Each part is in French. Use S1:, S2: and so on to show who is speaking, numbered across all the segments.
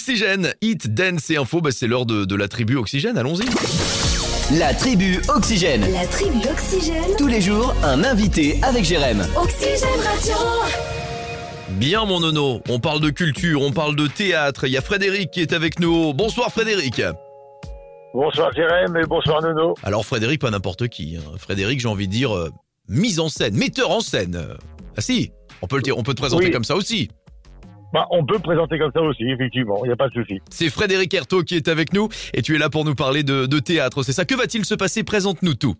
S1: Oxygène, hit, dance et info, bah, c'est l'heure de, de la tribu Oxygène, allons-y.
S2: La tribu Oxygène.
S3: La tribu Oxygène,
S2: Tous les jours, un invité avec Jérém.
S3: Oxygène Radio.
S1: Bien mon nono, on parle de culture, on parle de théâtre, il y a Frédéric qui est avec nous. Bonsoir Frédéric.
S4: Bonsoir Jérém et bonsoir Nono.
S1: Alors Frédéric, pas n'importe qui. hein. Frédéric, j'ai envie de dire, euh, mise en scène, metteur en scène. Euh, Ah si, on peut, le dire, on peut te présenter
S4: Oui.
S1: comme ça aussi.
S4: Bah, on peut présenter comme ça aussi, effectivement, il n'y a pas de souci.
S1: C'est Frédéric Erthaud qui est avec nous et tu es là pour nous parler de, de théâtre, c'est ça. Que va-t-il se passer Présente-nous tout.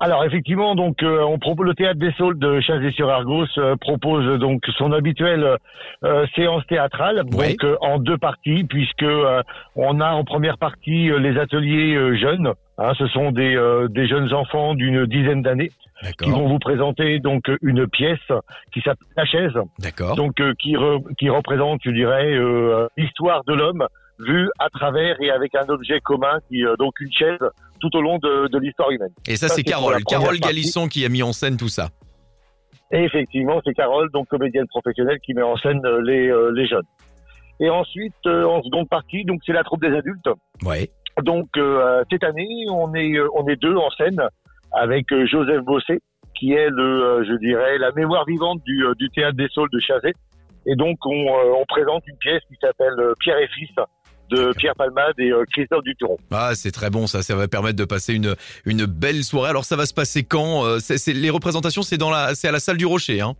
S4: Alors effectivement, donc euh, on propose le théâtre des Saules de Chazé-sur-Argos euh, propose euh, donc son habituelle euh, séance théâtrale,
S1: Ouais.
S4: donc euh, en deux parties, puisque euh, on a en première partie euh, les ateliers euh, jeunes. hein, ce sont des, euh, des jeunes enfants d'une dizaine d'années qui
S1: D'accord,
S4: vont vous présenter donc euh, une pièce qui s'appelle La chaise,
S1: d'accord.
S4: donc euh, qui, re- qui représente, je dirais, euh, l'histoire de l'homme vue à travers et avec un objet commun, qui euh, donc une chaise, tout au long de, de l'histoire humaine.
S1: Et ça
S4: ça,
S1: c'est
S4: c'est pour
S1: Carole,
S4: la première
S1: Carole
S4: partie.
S1: Galisson qui a mis en scène tout ça.
S4: Et effectivement, c'est Carole, donc comédienne professionnelle, qui met en scène euh, les, euh, les jeunes. Et ensuite, euh, en seconde partie, donc c'est la troupe des adultes.
S1: Ouais,
S4: Donc euh, cette année, on est euh, on est deux en scène avec euh, Joseph Bossé, qui est le euh, je dirais la mémoire vivante du, euh, du théâtre des Saules de Chazet. Et donc on, euh, on présente une pièce qui s'appelle euh, Pierre et fils de Pierre Palmade et euh, Christophe Duturon.
S1: ah c'est très bon ça, ça va permettre de passer une, une belle soirée. Alors ça va se passer quand Euh, c'est- c'est- Les représentations c'est dans la, c'est à la salle du Rocher, hein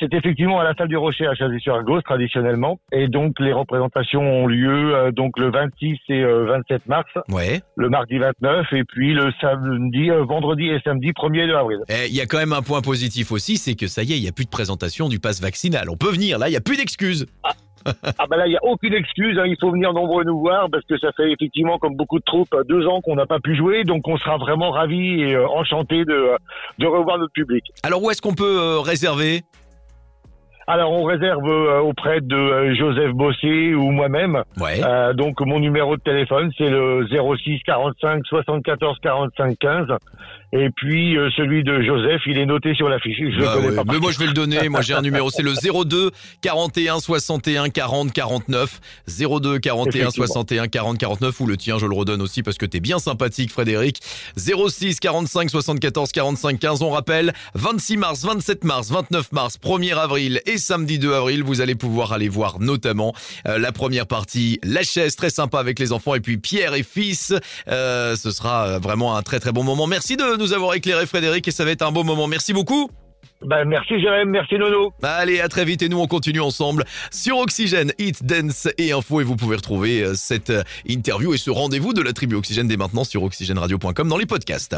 S4: C'est effectivement à la salle du Rocher à Chazé-sur-Argos traditionnellement, et donc les représentations ont lieu euh, donc le 26 et euh, 27 mars,
S1: Ouais.
S4: le mardi 29 et puis le samedi, euh, vendredi et samedi 1er de avril.
S1: Eh, Il y a quand même un point positif aussi, c'est que ça y est, il n'y a plus de présentation du pass vaccinal. On peut venir, là, il n'y a plus d'excuses.
S4: Ah bah là, il n'y a aucune excuse, hein. il faut venir nombreux nous voir parce que ça fait effectivement, comme beaucoup de troupes, euh, deux ans qu'on n'a pas pu jouer, donc on sera vraiment ravis et euh, enchantés de, euh, de revoir notre public.
S1: Alors où est-ce qu'on peut euh, réserver
S4: Alors on réserve euh, auprès de euh, Joseph Bossé ou moi-même,
S1: Ouais.
S4: Euh, donc mon numéro de téléphone c'est le 06 45 74 45 15 et puis euh, celui de Joseph, il est noté sur l'affiche, je le
S1: Bah
S4: connais
S1: ouais,
S4: pas.
S1: Mais moi je vais le donner, moi j'ai un numéro, c'est le 02 41 61 40 49. 02 41
S4: Effectivement.
S1: 61 40 49 ou le tien, je le redonne aussi parce que t'es bien sympathique Frédéric. 06 45 74 45 15, on rappelle, 26 mars, 27 mars, 29 mars, 1er avril et samedi 2 avril, vous allez pouvoir aller voir notamment euh, la première partie, la chaise, très sympa avec les enfants et puis Pierre et fils. Euh, ce sera euh, vraiment un très très bon moment. Merci de nous avoir éclairé Frédéric et ça va être un beau moment. Merci beaucoup.
S4: Bah, merci Jérém, merci Nono.
S1: Bah, Allez, à très vite et nous on continue ensemble sur Oxygène, Hit, Dance et Info et vous pouvez retrouver euh, cette euh, interview et ce rendez-vous de la tribu Oxygène dès maintenant sur oxygèneradio.com dans les podcasts.